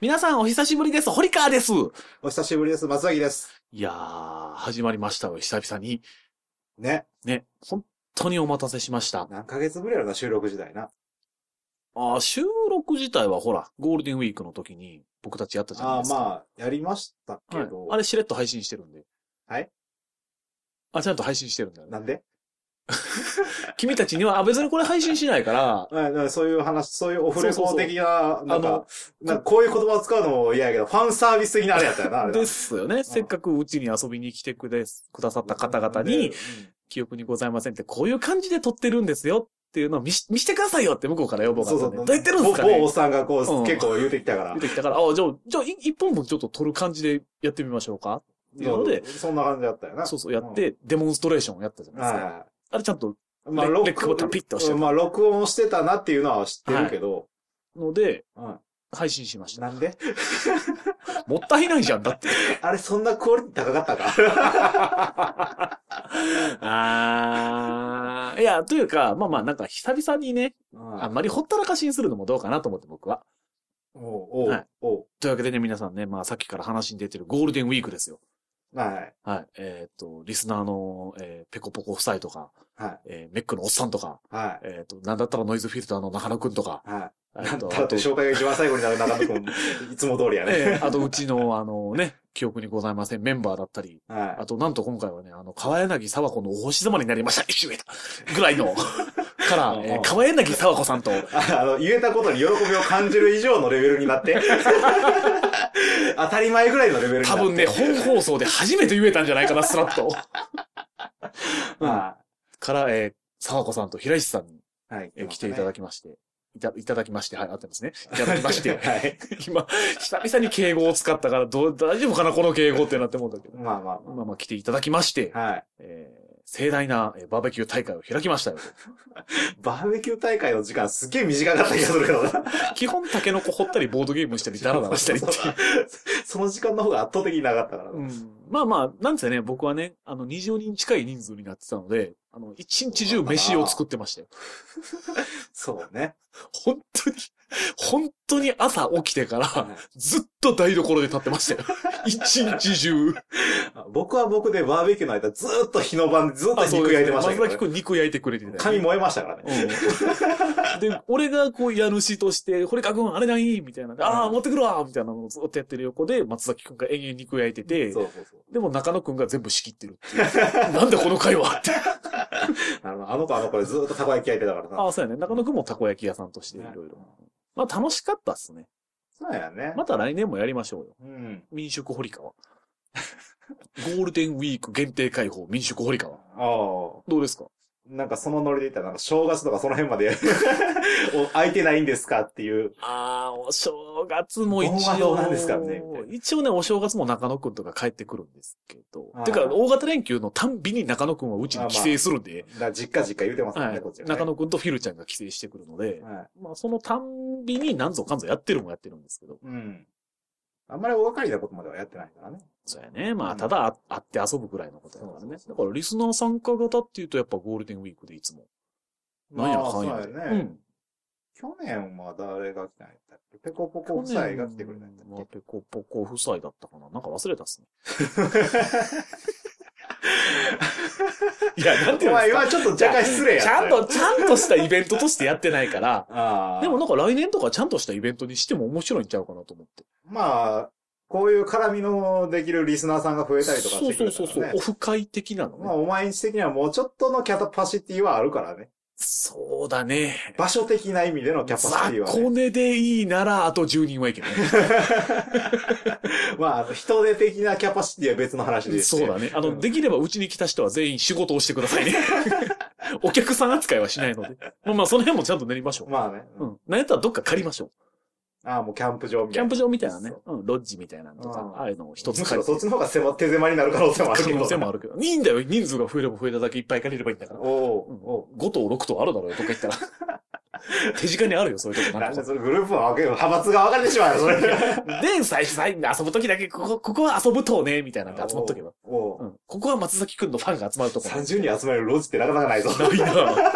皆さんお久しぶりです。堀川です。お久しぶりです。松崎です。いやー、始まりましたよ。久々に。ね。ね、本当にお待たせしました。何ヶ月ぶりやろな、収録時代な。あー収録自体はほら、ゴールデンウィークの時に僕たちやったじゃないああでー、すか。まあ、やりましたけど。はいあれしれっと配信してるんで。はいあ、ちゃんと配信してるんだよね。なんで君たちには、あ、別にこれ配信しないから、あなんかそういう話、そういうオフレコ的な、なんあかの、なんかこういう言葉を使うのも嫌やけど、ファンサービス的なあれやったよな、あれな ですよね。せっかくうちに遊びに来てくれくださった方々に、、記憶にございませんって、こういう感じで撮ってるんですよっていうのを見し見してくださいよって向こうから要う望んがあそっうそたう。んで。どう言ってるんですかね某某おっさんがこう、うん結構言うてきたから出。てきたから、あ、じゃあ、じゃあ、い一本分ちょっと撮る感じでやってみましょうかていうのでそうそんな感じだったよな。そうそう、やって、デモンストレーションをやったじゃないですか。はあれちゃんと、い。まあ、レ録レックボタンピッと押してまあ、録音してたなっていうのは知ってるけど。ので、うん。配信しました。なんで もったいないじゃん、だって。あれ、そんなクオリティ高かっ たかあー。いや、というか、まあまあ、なんか久々にね、うんあんまりほったらかしにするのもどうかなと思って僕は。おうおう、はいおうというわけでね、皆さんね、まあさっきから話に出てるゴールデンウィークですよ。はい。はい。えーっと、リスナーの、えーペコポコ夫妻とか、はい。えーメックのおっさんとか、はえーっと、なんだったらノイズフィルターの中野くんとか、い。はえい。なーっんとだって紹介が一番最後になる中野く ん、いつも通りやえね。えあと、うちの、あのね、記憶にございません、メンバーだったり、はあと、なんと今回はね、あの、川柳沢子のお星様になりました、一周目だぐらい の、から、えー川柳沢子さんと、い。ああの、言えたことに喜びを感じる以上のレベルになって。 当たり前ぐらいのレベルにな多分って。ね、本放送で初めて言えたんじゃないかな、スラッ と。うん、はから、えー、沢子さんと平石さんに、い。はいえー来ていただききまして、いたいただきまして、はい、合ってますね。いただきまして、 はい。今、久々に敬語を使ったから、どう、大丈夫かな、この敬語ってなって思うんだけど。まあまあまあまあ、来ていただきまして、まあ。はい。えー盛大なえーバーベキュー大会を開きましたよ。バーベキュー大会の時間すっげえ短かった気がするけどな。 基本タケノコ掘ったりボードゲームしたりダラダラしたりっていう。その時間の方が圧倒的になかったからな。うん、まあまあ、なんせね、僕はね、あの、20人近い人数になってたので、あの、一日中飯を作ってましたよ。そうね。本当に、本当に朝起きてから、ずっと台所で立ってましたよ。一日中。僕は僕でバーベキューの間ずーっと日の晩でずーっとそう肉焼いてましたけど、松崎くん肉焼いてくれてたよ髪燃えましたからね。うんで、俺がこう、家主として、堀川くん、あれないみたいな。ああ、持ってくるわみたいなのをずっとやってる横で、松崎くんが延々肉焼いてて、そうそうそう。でも中野くんが全部仕切ってるっていう。 なんだこの会話 って。あのあの子あの子でずーっとたこ焼き焼いてたからな。ああ、そうやね。中野くんもたこ焼き屋さんとしていろいろ。まあ楽しかったっすね。そうやね。また来年もやりましょうよ。うん。民宿堀川。ゴールデンウィーク限定開放、民宿堀川。ああ。どうですかなんかそのノリで言ったら、なんか正月とかその辺まで お、空いてないんですかっていう。ああ、お正月も一盆はど応。うなんですかねみたいな一応ね、お正月も中野くんとか帰ってくるんですけどは。いてか、大型連休のたんびに中野くんはうちに帰省するんで。だから実家実家言うてますもんはね、いこっち。はね中野くんとフィルちゃんが帰省してくるので、はい。まあそのたんびに何ぞかんぞやってるもんやってるんですけど。うん。あんまり大掛かりなことまではやってないからね。そうやね。うまあ、んただあ会って遊ぶぐらいのことやからそうそねう。そだうから、リスナー参加型っていうと、やっぱゴールデンウィークでいつも。なんやまあかんやで。そうやね。去年は誰が来たんやったっけペコポうコん。夫妻が来てくれたんやったっまあ、ペコポコ夫妻だったかな。なんか忘れたっ すね。いや、なんてけいうんまあですか。今ちょっと若干失礼やっちたゃよんと、ちゃんとしたイベントとしてやってない から、ああ。でもなんか来年とかちゃんとしたイベントにしても面白いんちゃうかなと思って。まあ、こういう絡みのできるリスナーさんが増えたりとかしそうてくそうれそたらうね。そう。オフ会的なのまあ、ね。お前んち的にはもうちょっとのキャパシティはある からね。そうだね。場所的な意味でのキャパシティは、雑魚ね。寝でいいなら、あと10人はいけない。 まああの、人手的なキャパシティは別の話で すそうだね。あうの、んできればうちに来た人は全員仕事をしてくださいね。 お客さん扱いはしないので。まあまあ、その辺もちゃんと練りましょう。まあね。うん。なんやったらどっか借りましょああ、もうキャンプ場う。みキたャいンな。プ場みたいなねそう。うん。ロッジみたいなのとうか、んああいうのを一つむし借ろり。そってちの方が狭手狭になる可能性もあるけ可ど。能性もあるけど。いいんだよ。人数が増えれば増えただけいっぱい借りればいいんだから。おううんおう 5棟6棟あるだろうよ、とか言ったら。手近にあるよ、そういうとこ。なんでそれグループは分ける派閥が分かれてしまうよ、それ。で、最初、最後遊ぶときだけ、ここ、ここは遊ぶとね、みたいなんで集まっとけば。おうう。ん。ここは松崎くんのファンが集まるとこなんで。 30人集まれる路地ってなかなかないぞ。ないな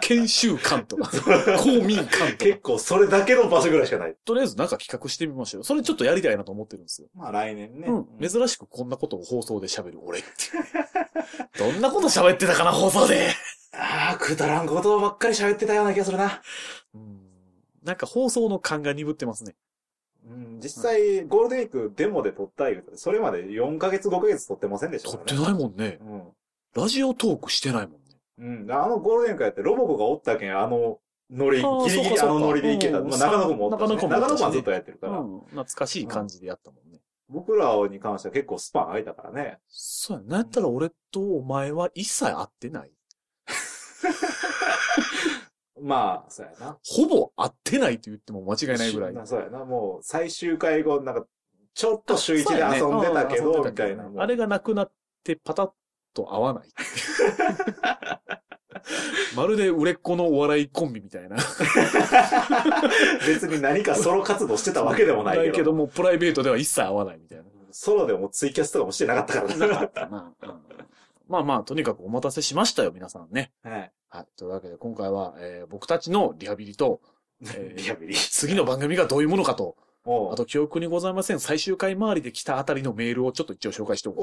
研修官とか、公民館とか結。構それだけの場所ぐらいしかない。とりあえずなんか企画してみましょうよ。それちょっとやりたいなと思ってるんですよ。まあ来年ねうん。珍しくこんなことを放送で喋る俺っていう。どんなこと喋ってたかな、放送で。ああ、くだらんことばっかり喋ってたような気がするな。うん。なんか放送の感が鈍ってますね。うん、実際、ゴールデンウィークデモで撮ったいうそれまで4ヶ月、5ヶ月撮ってませんでした撮かっらてね。ないもんね。ラジオトークしてないもんね。うん。うん。あのゴールデンウィークやってロボコがおったけん、あのノリ、ああギリギそうかリそあうかのノリでいけた。うんまあ中野くんもおったしね中野くんもおっ中たしね野くんはずっとやってるから。うん。懐かしい感じでやったもんね。僕らに関しては結構スパン空いたからね。そうやな。なんやったら俺とお前は一切会ってない。まあ、そうやな。ほぼ会ってないと言っても間違いないぐらい。そうやな、もう最終回後、なんか、ちょっと週一そうでやね遊んでたけうん遊ど、んでみたいな。もうあれがなくなってパタッと合わない。まるで売れっ子のお笑いコンビみたいな。 別に何かソロ活動してたわけでもないけど。も、プライベートでは一切合わないみたいな。ソロでもツイキャスとかもしてなかったかならかったな。うんまあまあ、とにかくお待たせしましたよ、皆さんね。な。はい。はい。というわけで、今回は、えー僕たちのリハビリと、えーリハビリ。次の番組がどういうものかと、おあうと記憶にございません、最終回周りで来たあたりのメールをちょっと一応紹介しておこ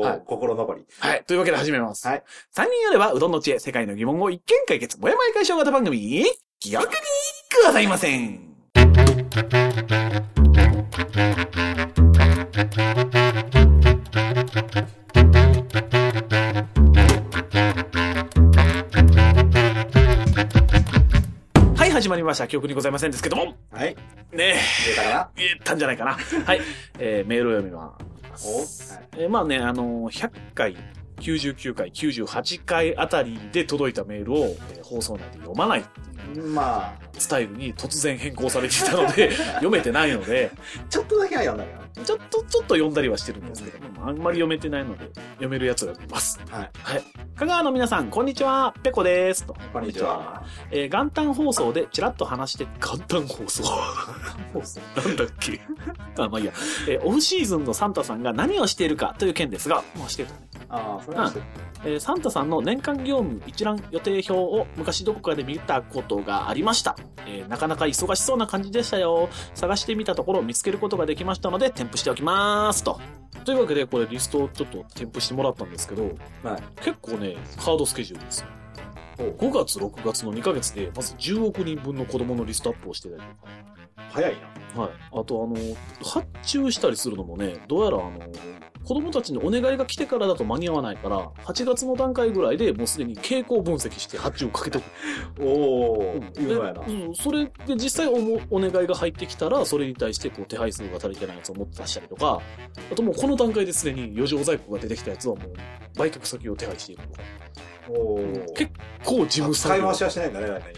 う。おはいー、心残り。はい。というわけで始めます。はい。 3人よれば、うどんの知恵、世界の疑問を一見解決、もやもや解消型番組、記憶にくださいません。はい、始まりました。記憶にございませんですけども、はい。ね出たかなえ、言ったんじゃないかな。はい。えーメールを読みます。おうえーまあね、あのー100回、99回、98回あたりで届いたメールを、えー放送内で読まないっていうはいまあ、スタイルに突然変更されていたの で、読めてないので、ちょっとだけは読んだけど。ちょっと、ちょっと読んだりはしてるんですけども、あんまり読めてないので、読めるやつを読みます。はい。はい。香川の皆さん、こんにちは。ペコです。と。こんにちは。えー元旦放送でチラッと話して、元旦放送 そうそう。なんだっ けあ、まあいいや。えーオフシーズンのサンタさんが何をしているかという件ですが、もうしてるとね。ああ、それはしてえーサンタさんの年間業務一覧予定表を昔どこかで見たことがありました、えーなかなか忙しそうな感じでしたよ探してみたところ見つけることができましたので添付しておきますとというわけでこれリストをちょっと添付してもらったんですけど、はい結構ねカードスケジュールですよほう5月6月の2ヶ月でまず10億人分の子供のリストアップをしてたりとか早いな。はい。あと、あの、発注したりするのもね、どうやら、あの、子供たちにお願いが来てからだと間に合わないから、8月の段階ぐらいでもうすでに傾向分析して発注をかけておく。おうー、言うまやな。ん、それで実際おもお願いが入ってきたら、それに対してこう手配数が足りてないやつを持って出したりとか、あともうこの段階ですでに余剰在庫が出てきたやつはもう売却先を手配していくとか。おうんー。結構事務作買い業回しはしないんだね、大体ね。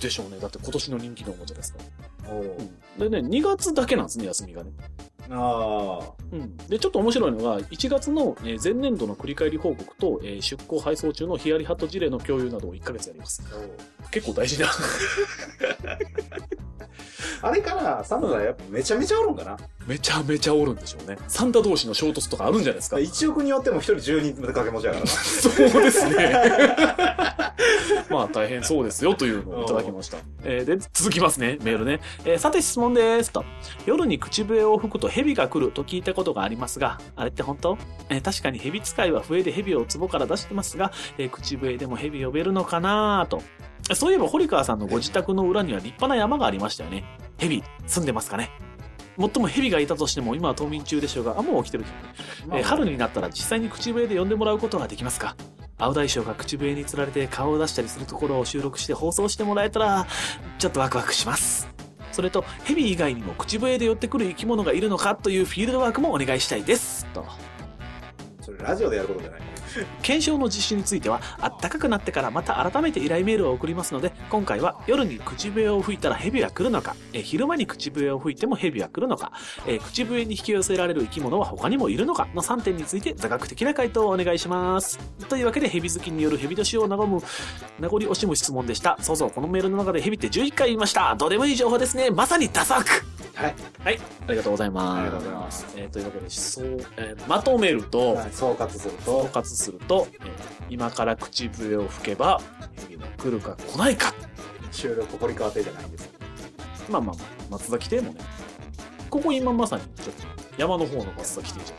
でしょうね。だって今年の人気のおもちゃですから。おー。うん、でね、2月だけなんですね、休みがね。ああ。うん、でちょっと面白いのが1月のえー前年度の繰り返り報告とえー出向配送中のヒヤリハット事例の共有などを1ヶ月やりますおー結構大事なあれかなサンタさんやっぱめちゃめちゃおるんかな めちゃめちゃおるんでしょうねサンタ同士の衝突とかあるんじゃないですか一億によっても一人十人まで掛け持ちやから な。そうですね まあ大変そうですよというのをいただきました、えーで続きますねメールね、えーさて質問ですと夜に口笛を吹くと蛇が来ると聞いたことがありますがあれって本当、えー確かに蛇使いは笛で蛇を壺から出してますが、えー口笛でも蛇呼べるのかなとそういえば堀川さんのご自宅の裏には立派な山がありましたよね蛇住んでますかねもっとも蛇がいたとしても今は冬眠中でしょうがあもう起きてるえー春になったら実際に口笛で呼んでもらうことができますか青大将が口笛につられて顔を出したりするところを収録して放送してもらえたらちょっとワクワクしますそれとヘビ以外にも口笛で寄ってくる生き物がいるのかというフィールドワークもお願いしたいですとそれラジオでやることじゃない。検証の実施についてはあったかくなってからまた改めて依頼メールを送りますので今回は夜に口笛を吹いたら蛇が来るのかえー昼間に口笛を吹いても蛇が来るのかえー口笛に引き寄せられる生き物は他にもいるのかの3点について座学的な回答をお願いしますというわけで蛇好きによる蛇年を和む名残惜しむ質問でしたそうそうこのメールの中で蛇って11回言いましたどうでもいい情報ですねまさにダサくはい、はい、ありがとうございますありがとうございます、えーというわけでそう、えーまとめると、はい総括する総と、括すると、えー今から口笛を吹けば蛇が来るか来ないか収録堀川邸じゃないんです。まあまあまあ松崎亭もねここ今まさにちょっと山の方の松崎亭じ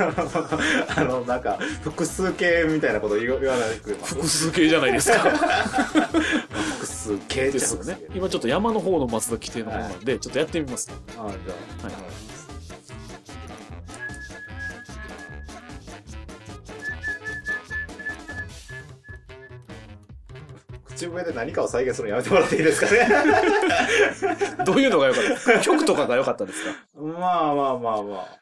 ゃないですか あの、なんか、複数形みたいなこと言わ言わないく複数形じゃないです か複数形でっちゃすよ複数ね形今ちょっと山の方の松崎亭の方なんで、ちょっとやってみますあじゃあ、はい口笛で何かを再現するのやめてもらっていいですかねどういうのが良かった ですか曲とかが良かったですかまあまあまあまあ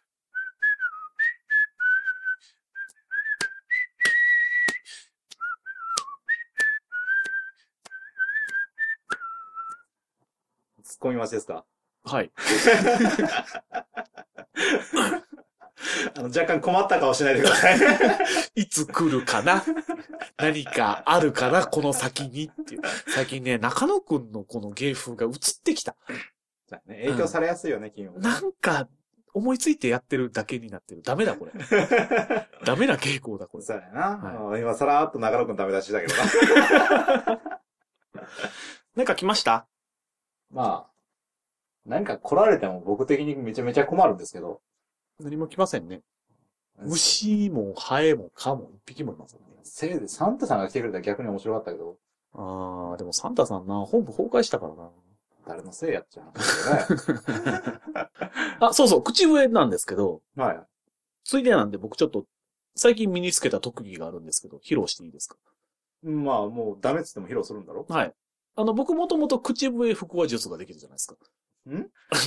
ツッコミ待ちですかはいあの若干困った顔しないでくだ さいいつ来るかな何かあるかなこの先にっていう。最近ね、中野くんのこの芸風が映ってきた。影響されやすいよね、君もなんか、思いついてやってるだけになってる。ダメだ、これ。ダメな傾向だ、これ。そうやな。あの今、さらーっと中野くんダメ出しだけどな。なんか来ました まあ、何か来られても僕的にめちゃめちゃ困るんですけど。何も来ませんね。虫もハエも蚊も一匹もいませんね。せいぜいサンタさんが来てくれたら逆に面白かったけど、あー、でもサンタさんな、本部崩壊したからな。誰のせいやっちゃう あ、そうそう、口笛なんですけど、ね。はい。ついでなんで僕ちょっと、最近身につけた特技があるんですけど、披露していいですかまあ、もうダメっつっても披露するんだろはい。あの、僕もともと口笛腹話術ができるじゃないですか。んあ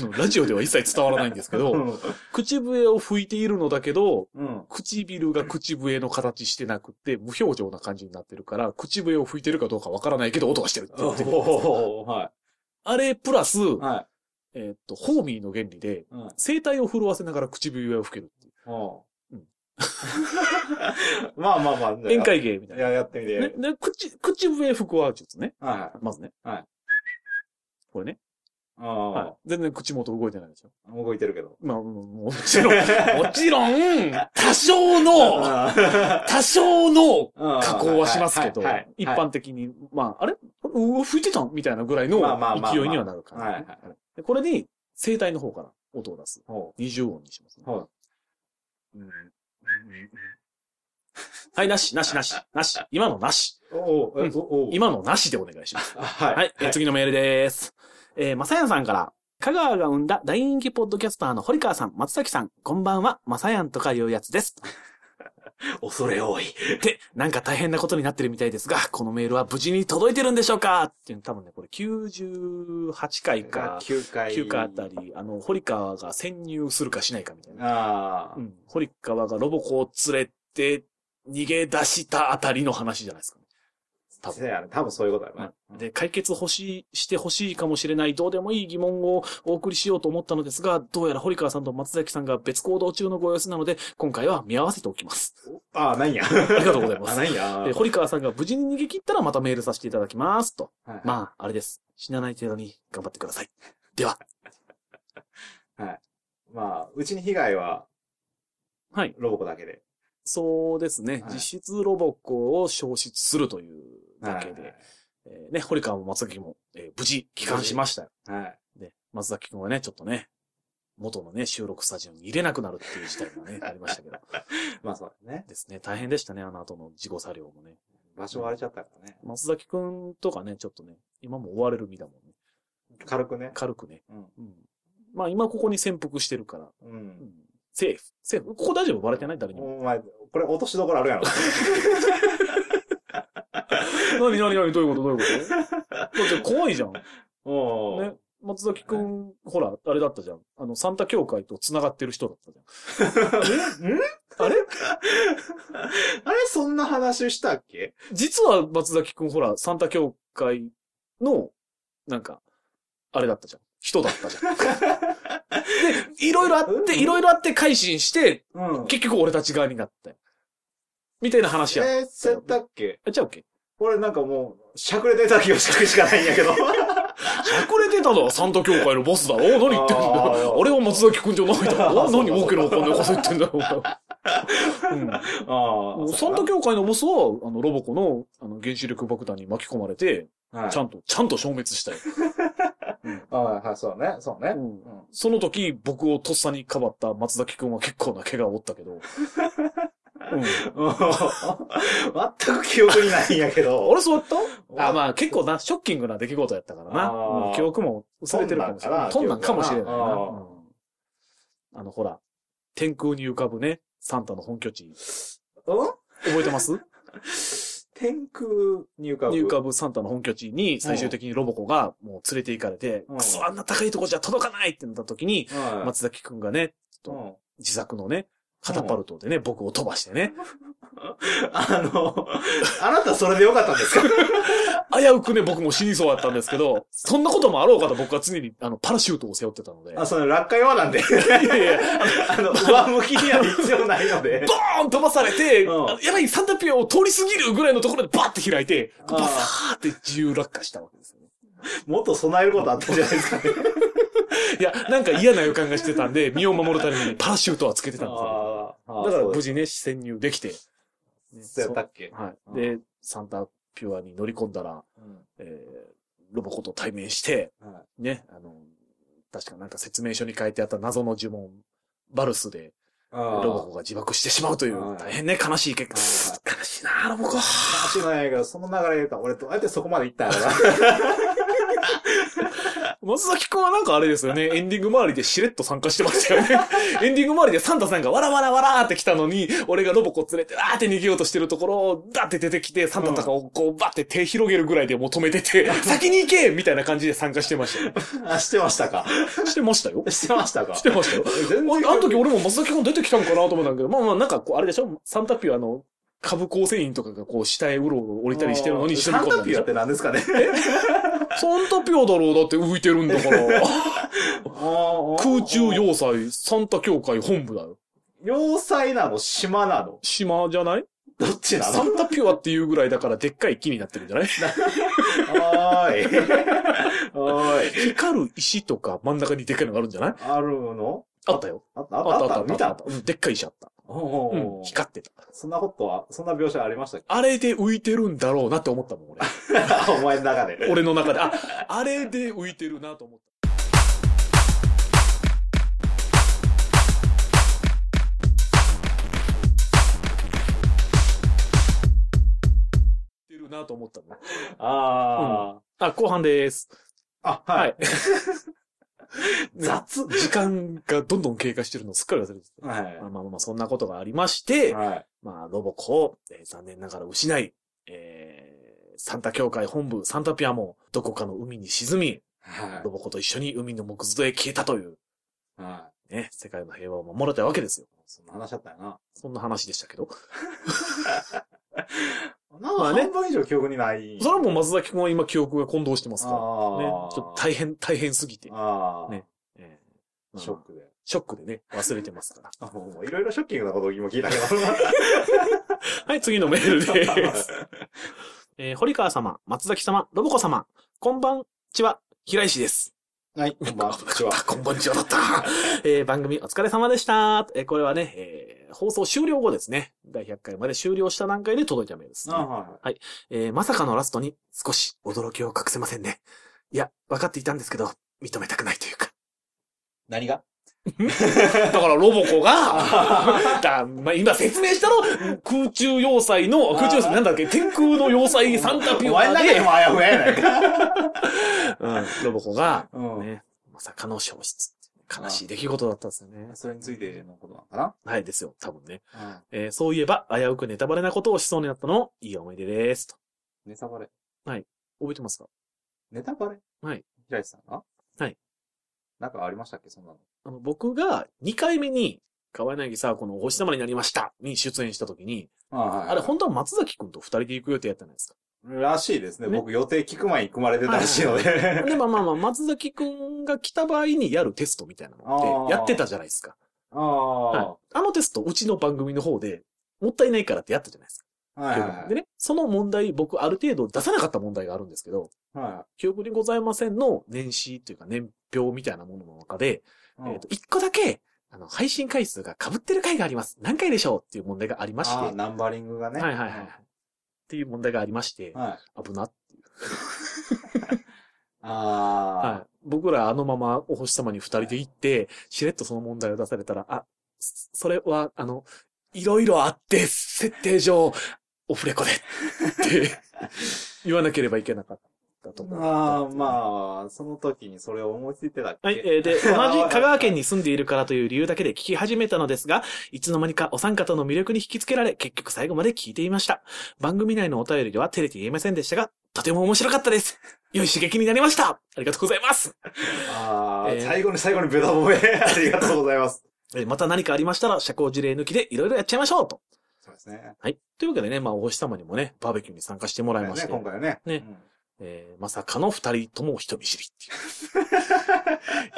の、ラジオでは一切伝わらないんですけ ど、口笛を吹いているのだけど、うん。唇が口笛の形してなくて、無表情な感じになってるから、口笛を吹いてるかどうかわからないけど、音がしてるってお言ってるおはあれ、プラス、い。はい。えーっと、ホーミーの原理で、うん。声帯を震わせながら口笛を吹けるっていう。お ううんまあまあまあ。宴会芸みたいいな。や、やってみて。ね、ね口、口笛腹話術ね。はまずね。はい。これね。い。あはい。全然口元動いてないでしょ。あ、動いてるけど。まあ、もち ろん、もちろん、多少の、多少の加加工はしますけどはいはい、一般的に、まあ、あれうわ、吹いてたんみたいなぐらいのまあまあまあま勢あいにはなる感じはいはいね。でこれに、声帯の方から音を出す。ほ二重音にしますね。はうんはい、なし、なし、なし、なし。今のなし。うおう、えおおう、今のなしでお願いします。あはい。はい、えー次のメールです。えー、まさやんさんから、香川が生んだ大人気ポッドキャスターの堀川さん、松崎さん、こんばんは、まさやんとかいうやつです。恐れ多い。で、なんか大変なことになってるみたいですが、このメールは無事に届いてるんでしょうかっていう、多分ね、これ98回か、 9回。 9回あた。り、あの、堀川が潜入するかしないかみたいな。ああ、うん。堀川がロボコを連れて逃げ出したあたりの話じゃないですかね。多分せやね。多分そういうことやはな。いで、解決欲しい、して欲しいかもしれない、どうでもいい疑問をお送りしようと思ったのですが、どうやら堀川さんと松崎さんが別行動中のご様子なので、今回は見合わせておきます。ああ、ないんや。あありがとうございま あ、す。ないんやで、。堀川さんが無事に逃げ切ったらまたメールさせていただきます。と。はいまあ、あれです。死なない程度に頑張ってください。では。まあ、うちに被害は、はい。ロボコだけで。そうですね。はい実質ロボコを消失するというだけで。えーね、堀川も松崎も、えー無事帰還しましたよ。はい。はい。で、松崎くんはね、ちょっとね、元のね、収録スタジオに入れなくなるっていう事態 がね、ありましたけど。まあそうだね。ですね。大変でしたね、あの後の事故作業もね。場所割れちゃったからね。松崎くんとかね、ちょっとね、今も追われる身だもんね。軽くね。軽くね。うん。うん。まあ今ここに潜伏してるから、ううんん。、セーフ。セーフ。ここ大丈夫バレてない誰にも。お前、これ落としどころあるやろ。 何何何どういうことどういうことだって怖いじゃん。ねおー。。松崎くん、ほら、あれだったじゃん。あの、サンタ協会と繋がってる人だったじんゃん。あ れあれそんな話したっけ実は松崎くん、ほら、サンタ協会の、なんか、あれだったじゃん。人だったじ ゃん。で、いろいろあっうて、んいろいろあって改心して、 うん。結局俺たち側になったよ。みたいな話や。えー、そうやったっけえ、ちゃうっけ俺なんかもう、しゃくれてた気がしくしかないんや けど。しゃくれてたのはサンタ協会のボスだろ何言ってんあだー俺は松崎くんじゃないだろあそう何か大きなお金を稼いでんだろうんあもうあ。サンタ協会のボスは、あの、ロボコの、あの、原子力爆弾に巻き込まれて、はいちゃんと、ちゃんと消滅したよ。ああはい、そうね、そうねう。んうんその時、僕をとっさにかばった松崎くんは結構な怪我を負ったけ ど。うん、全く記憶にないんやけど。 俺そうやったああ、まあ結構な、ショッキングな出来事やったからな。あーうん記憶も薄れてるかもしれない。飛飛んんだだんんかかもなしれないな。記憶はなうんあの、ほら、天空に浮かぶね、サンタの本拠地、うん覚えてます 天空に浮かぶ。に浮かぶサンタの本拠地に最終的にロボコがもう連れて行かれて、うんくそ、あんな高いとこじゃ届かないってなった時に、はい。松崎くんがね、うん自作のね、カタパルトでね、僕を飛ばしてね、あの、あなたそれでよかったんですか危うくね、僕も死にそうだったんですけど、そんなこともあろうかと僕は常にあのパラシュートを背負ってたので、あ、その落下用なんで。いやいや、あの、上向きには必要ないので。ドーン飛ばされて、うんあのやばい、サンタピオを通り過ぎるぐらいのところでバッて開いて、あーバサーって自由落下したわけですよね。もっと備えることあったじゃないですか、ね。いや、なんか嫌な予感がしてたん で、身を守るためにパラシュートはつけてたんですよ。あだから無事。事ね、潜入できて、ねそうやったっけはい。で、サンタピュアに乗り込んだら、うんえーロボコと対面して、はいね、あの、確かなんか説明書に書いてあった謎の呪文、バルスで、あロボコが自爆してしまうというあ、ー大変ね、悲しい結果。悲しいな、ロボコ。足のないけど、その流れで言うと、俺どうやってそこまで行ったんやろ松崎くんはなんかあれです よね、エンディング周りでしれっと参加してましたよ ね。エンディング周りでサンタさんがわらわらわらーって来たのに、俺がロボコ連れて、あーって逃げようとしてるところを、だって出てきて、サンタとかをこう、バって手広げるぐらいでもう止めてて、 先に行けみたいな感じで参加してましたよ。な。あ、 してましたか。してましたよ。してましたかし。てましたよ。全ああの時俺も松崎君出てきたんかなと思ったんだけど、まあまあなんかこう、あれでしょサンタピュアの株構成員とかがこう、下へうろうろ降りたりしてるのに一緒にサンこタピアって何ですかねサンタピュアだろうだって浮いてるんだから。空 空中要塞、サンタ協会本部だよ。要塞なの島なの島じゃないどっちなサのンタピュアっていうぐらいだからでっかい木になってるんじゃない おーい。おーい。光る石とか真ん中にでっかいのがあるんじゃないあるのあったよ。あったああったったああっったた見あたった。うんでっかい石あった。おうーん、光ってた。そんなことは、そんな描写ありましたっあれで浮いてるんだろうなって思ったもん、俺。 け お前の中で。俺の中で。あ、あれで浮いてるなと思った。浮いてるなと思ったの。ああ、後半です。あ、あ、はい。はい雑時間がどんどん経過してるのをすっかり忘れてた。まあ はまあまあ、そんなことがありましい。て、はい。まあ、ロボコを、えー残念ながら失い、えーサンタ協会本部、サンタピアも、どこかの海に沈み、はいロボコと一緒に海の木図へ消えたという、はね、世界の平和を守れたわけですよ。い。そんな話だったよな。そんな話でしたけど。なんまあかね半分以上記憶にない。それはもう松崎君は今記憶が混同してますから。ああ。ね、ちょっと大変、大変すぎて。ああ。ねえーショックで。ショックでね、忘れてますから。あもういろいろショッキングなことを今聞 いたけど。はい、次のメールです。えー堀川様、松崎様、ロボコ様、こんばんちは、平石です。 はい、こんばんは。あこんばんちはだった。えー番組お疲れ様でした。えーこれはね、えー放送終了後ですね。第100回まで終了した段階で届いたメールです、あはえーまさかのラストに少し驚きを隠せませんね。いや、分かっていたんですけど、認めたくないというか。い。何が だからロボコが、あ だ、まあ、今説明したろ空中要塞の、空中要塞なんだっけ天空の要塞サンタピーュお前アの中でで、もあやふややないか。うん、ロボコが、う ね、まさかの消失。悲しい出来事だったんですよねん。。それについてのことなのかはいですよ、多分ね。なえーそういえば、危うくネタバレなことをしそうになったのも、いい思い出です。とネタバレ。覚えてますかネタバレはい。平石さんがはい。なんかありましたっけそんなの。あの、僕が2回目に、川柳さ、このお星様になりましたに出演した時に、あああれ本当は松崎くんと2人で行く予定やったじゃないです らしいですね。ね僕予定聞く前に組まれてたらしいのか。で。で、まあまあまあ、松崎くんが来た場合にやるテストみたいなのってやってたじゃないですか。 ああ。はあのテスト、うちの番組の方で、もったいないからってやったじゃないですはいはいはか。でい。ね、その問題、僕ある程度出さなかった問題があるんですけど、は記憶にございませんの年始というか年表みたいなものの中で、い。えっと、1個だけ、あの、配信回数が被ってる回があります。何回でしょうっていう問題がありまして。あはあ、いナンバリングがね。はいはい。っていう問題がありまして、はい。危な。はあい。僕らあのままお星様に二人で行って、しれっとその問題を出されたら、あ、そそれは、あの、いろいろあって、設定上、オフレコで、って 言わなければいけなかったとあ。思う。ああ、まあ、その時にそれを思いついてたっけはい、えーで、同じ香川県に住んでいるからという理由だけで聞き始めたのですが、いつの間にかお三方の魅力に引きつけられ、結局最後まで聞いていました。番組内のお便りでは照れて言えませんでしたが、とても面白かったです。良い刺激になりましたありがとうございますああ、えー最後に最後にベタ褒め。ありがとうございます。えーまた何かありましたら、社交辞令抜きでいろいろやっちゃいましょうと。そうですね。はい。というわけでね、まあ、お星様にもね、バーベキューに参加してもらいまして、ね今回はね。ねうんえーまさかの二人とも人見知りって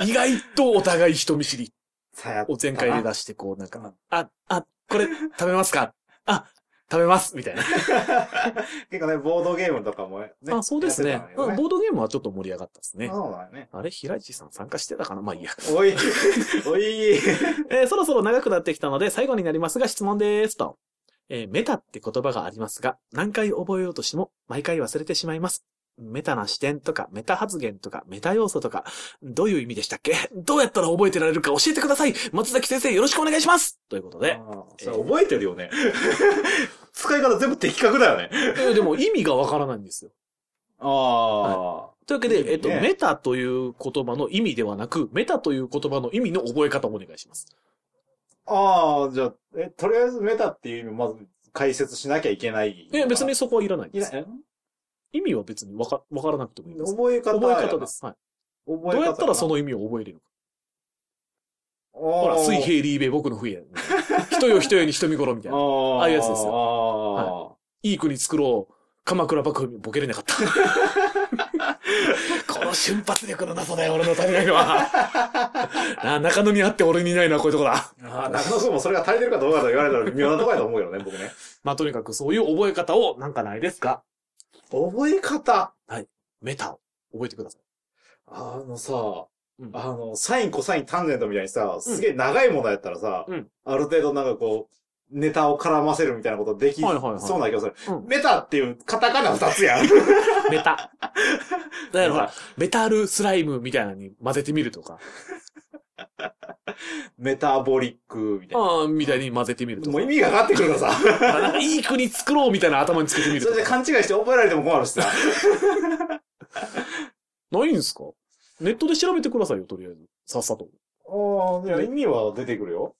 いう。意外とお互い人見知りさやを全開で出して、こう、なんうかん、あ、あ、これ食べますかあ、食べますみたいな。 結構ね、ボードゲームとかもね。あ、そうですねやってたのようんボードゲームはちょっと盛り上がったですねあ。そうだね。あれ、平地さん参加してたかなまあいいや。おい、おい。 えーそろそろ長くなってきたので、最後になりますが質問ですと。えーメタって言葉がありますが、何回覚えようとしても、毎回忘れてしまいます。メタな視点とか、メタ発言とか、メタ要素とか、どういう意味でしたっけどうやったら覚えてられるか教えてください松崎先生よろしくお願いしますということで。うんそれ覚えてるよね。 使い方全部的確だよね。えーでも意味がわからないんですよ。ああ。というわけで、いいねえっと、メタという言葉の意味ではなく、メタという言葉の意味の覚え方をお願いします。ああ、じゃあ、え、とりあえずメタっていう意味をまず解説しなきゃいけない。え、別に。そこはいらないいでや、す。え意味は別にわか、わからなくてもいいです。覚え方覚やな。え方です。はい。覚どえ方。うやったらその、の意味を覚えれるか。ほほら、水。平リーベ僕の冬や。みたいな人よ人よに人見頃みたい あな。あ。ああいうやつですよあいい国作ろう。鎌倉幕府にボケれなかった。 この瞬発力のなさだよ、俺の足りないのは。 なあ、中野にあって俺にいないのはこういうとこだ。 あ。ああ、中野くんもそれが足りてるかどうかと言われたら微妙なとこやと思うけどね、僕ね。まあ、とにかくそういう覚え方を、なんかないですか覚え方。メタを覚えてください。あのさ、うんあの、サイン、コサイン、タンジェントみたいにさ、すげえ長いものやったらさ、うんある程度なんかこう、ネタを絡ませるみたいなことできはいはいはいそうな気がする。うんメタっていうカタカナ二つやん。メタ。だからほら、メタルスライムみたいなのに混ぜてみるとか、メタボリックみたいな。ああ、みたいに混ぜてみるともかう意、味が上がってくるからさ。あなんかいい国作ろう みたいな頭につけてみるそとれでか。勘違いして覚えられても困るし さ。ないんですかネットで調べてくださいよ、とりあえず。さっさと。ああ、いや、意味は出てくるよ。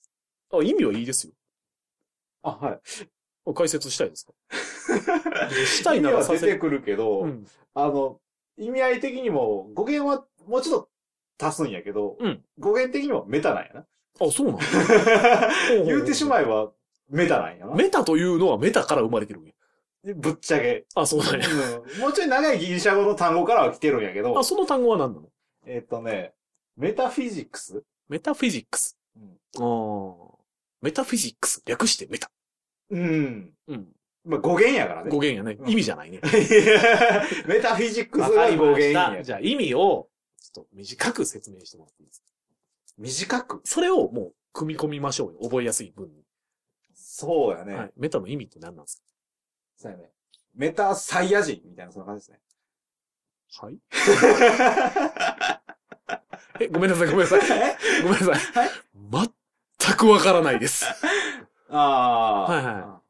あ、意味はいいですよ。あ、はい。あ解説したい ですかしたい意味ならはさ出せてくるけど、うん。あの、意味合い的にも、語源はもうちょっと足すんやけど、うん語源的にもメタなんやな。あ、そうなの 言うてしまえば、メタなんやな。メタというのはメタから生まれてるんや。ぶっちゃけ。あ、そうなんや。うんもうちょい長いギリシャ語の単語からは来てるんやけどあ、、その単語は何なのえっとね、メタフィジックスメタフィジックス。うんあーメタフィジックス。略してメタ。うん。うん。まあ、語源やからね。語源やね。うん意味じゃないね。メタフィジックスが語源や。じゃあ意味を、ちょっと短く説明してもらっていいですか短くそれをもう組み込みましょうよ。覚えやすい文に。そうやね。はい。メタの意味って何なんですそうやね。メタサイヤ人みたいな、そんな感じですね。 かはい。え、ごめんなさい、ごめんなさい。 ごめんなさい。全くわからないです。ああ。はいは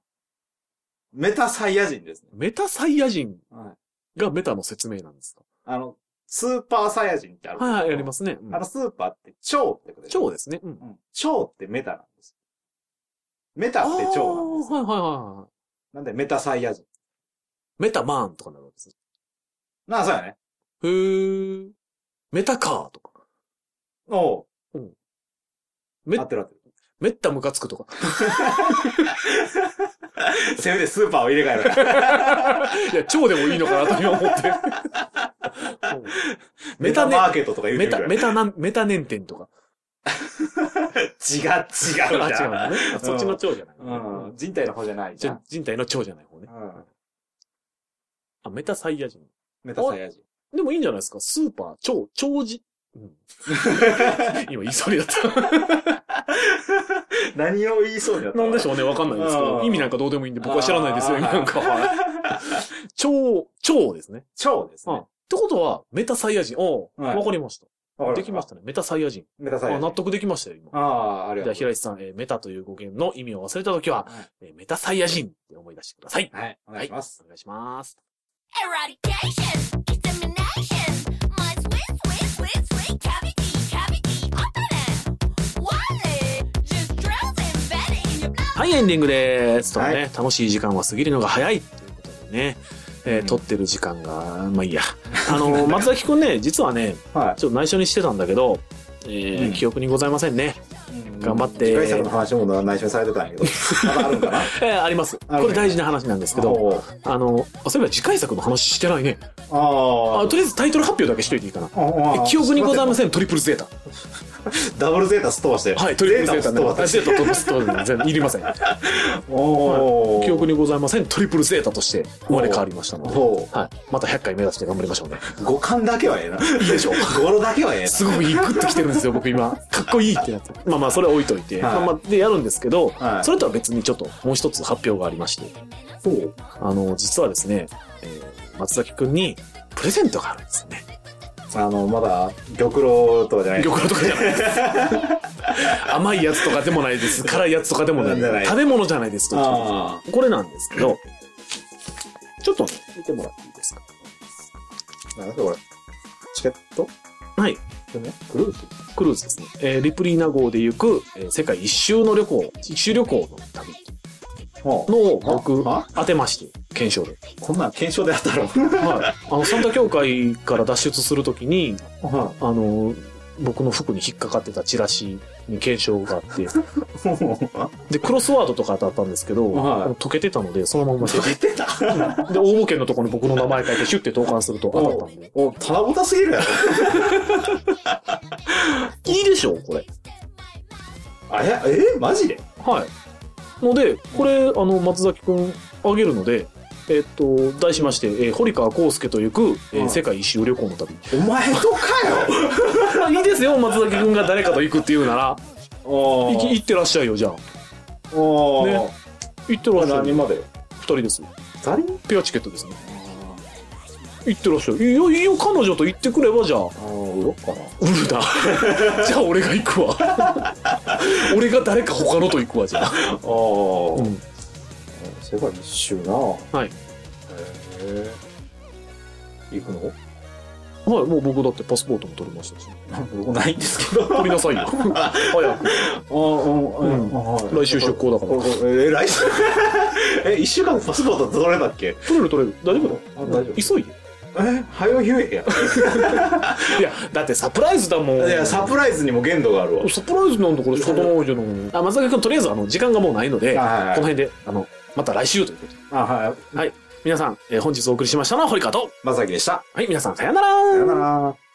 メタサイヤ人ですね。メタサイヤ人はい。がメタの説明なんですかあの、スーパーサイヤ人ってある。はいはい、やりますすね。うんあの、スーパーって超ってことでしょ蝶ですね。うん。うん超ってメタなんです。メタって超なんです。あーはいはいはいはい。なんでメタサイヤ人。メタマーンとかなるわけですね。なあ、そうやね。へー。メタカーとか、おう。め合ってる合ってめったムカつくとか。る。せめてス ーパーを入れ替え いる。や、超でもいいのかなと今思って。メメタタねマーケットとか言うメてタ、るメタなん、メタ年点とか。 違う、違あ、違ううのじゃん。ね。あそっちの腸じゃない。うん。人体の方じゃないじじゃゃん。人体の腸じゃない方ね。うん。あ、メタサイヤ人。メタサイヤ人。でもいいんじゃないですか。スーパー、超、超人。うん、今言いそうになった。 何を言いそうになったなんでしょうね、わかんないですけうど。ん意味なんかどうでもいいんで、僕は知らないですよ、あー今なんか。超、超ですね。超ですうん。っね。てことは、メタサイヤ人。おうはわ、いかりました。わかるできましたね。メタサイヤ人。メタサイヤあ人。納得できましたよ、今。ああ、ありじゃがあ、とう平石さん、えーメタという語源の意味を忘れたときは、はえーメタサイヤ人って思い出してください。い。はい。お願いします。お願いします。 Eradication, extermination, my sweet, sweet, sweet, sweet cavity, cavity, open it, wallet, just drugs embedded in your blood. はい、エンディングです。とはいね、楽しい時間は過ぎるのが早いということでね、えーうん撮ってる時間が、まあいいや。あ の、松崎くんね、実はね、はちょっと内緒にしてたんだけど、えーうん記憶にございませんね。い。頑張って次回作の話も内緒にされて たんやけど。まだあるんかなえーあります。あるねこれ大事な話なんですけど、おうあの、あそういえば次回作の話してないね。あああ。とりあえずタイトル発表だけしといていいかな。ああ記憶にございまん。せん、トリプルゼータ。ダブルゼータストアしてる。はい、トリプルゼータね。ゼータあストゼータとストーン全然いりません。アしてる。おお。記憶にございません、トリプルゼータとして生まれ変わりましたので、ほはい、また100回目指して頑張りましょうね。う。五感だけはええな。いいでしょう。語呂だけはええすごくいいグッときてるんですよ、僕 今。かっこいいってなって。まあまあ、それは置いといて。はいまあまあ、で、やるんですけど、はいそれとは別にちょっともう一つ発表がありまして、な。そう。あの、実はですね、えー松崎くんにプレゼントがあるんですね。あの、まだ、玉露とかじゃない。玉露とかじゃないです。 甘いやつとかでもないです。辛いやつとかでもないじゃでないす。食べ物じゃないです。どっちもあこれなんですけど、ちょっとね、見てもらっていいですか。あ。なんだこれ。チケットはい。でね、クルーズクルーズですね。えーリプリーナ号で行く、えー世界一周の旅行、一周旅行の旅ほうのを僕あ当てまして、検証で。こんなん検証であったろ。はい。 あの、サンタ協会から脱出するときに、はあの、僕の服に引っかかってたチラシに検証があ って、で、クロスワードとか当たったんですけど、はいあの溶けてたので、そのま まい。出て、てたで、応募券のところに僕の名前書いて、シュッて投函すると当たったんで。お、ただぼたすぎるやろ。いいでしょうこれ。あや、えマジではい。ので、これ、あの、松崎くんあげるので、えっと、題しまして、えー堀川康介と行く、えーはい世界一周旅行の旅。 お前とかよまあいいですよ、松崎くんが誰かと行くっていうなら。お行き行ってらっしゃいよ、じゃあ。おーね行ってらっこれしゃい何よ。まで二人ですよ。誰ペアチケットですね。行ってらっしゃい。いや、いいよ、彼女と行ってくれば、じゃあ。あー、売ろっかな。うる な。じゃあ、俺が行くわ。俺が誰か他のと行くわ、じゃあ。あー、うん世界一周な。いへえ。行くのはい、もう僕だってパスポートも取りましたし。僕ないんですけど。取りなさ いよ。早く。あうん、ん来週出港だからここえー来週 え、一週間でパスポート取れたっけ取れる取れる。大丈夫だよ。あ大丈夫急いで。え、早い言えいや、だってサプライズだもん。や。いや、サプライズにも限度があるわ。サプライズなんだこれ、仕方ないじゃない。あ、松崎くん、とりあえず、あの、時間がもうないので、こはいはいのはい辺で、あの、また来週ということで。あ、はい。皆さん、えー本日お送りしましたのは堀川と。まさきでした。はい、皆さん、さようならさよなら。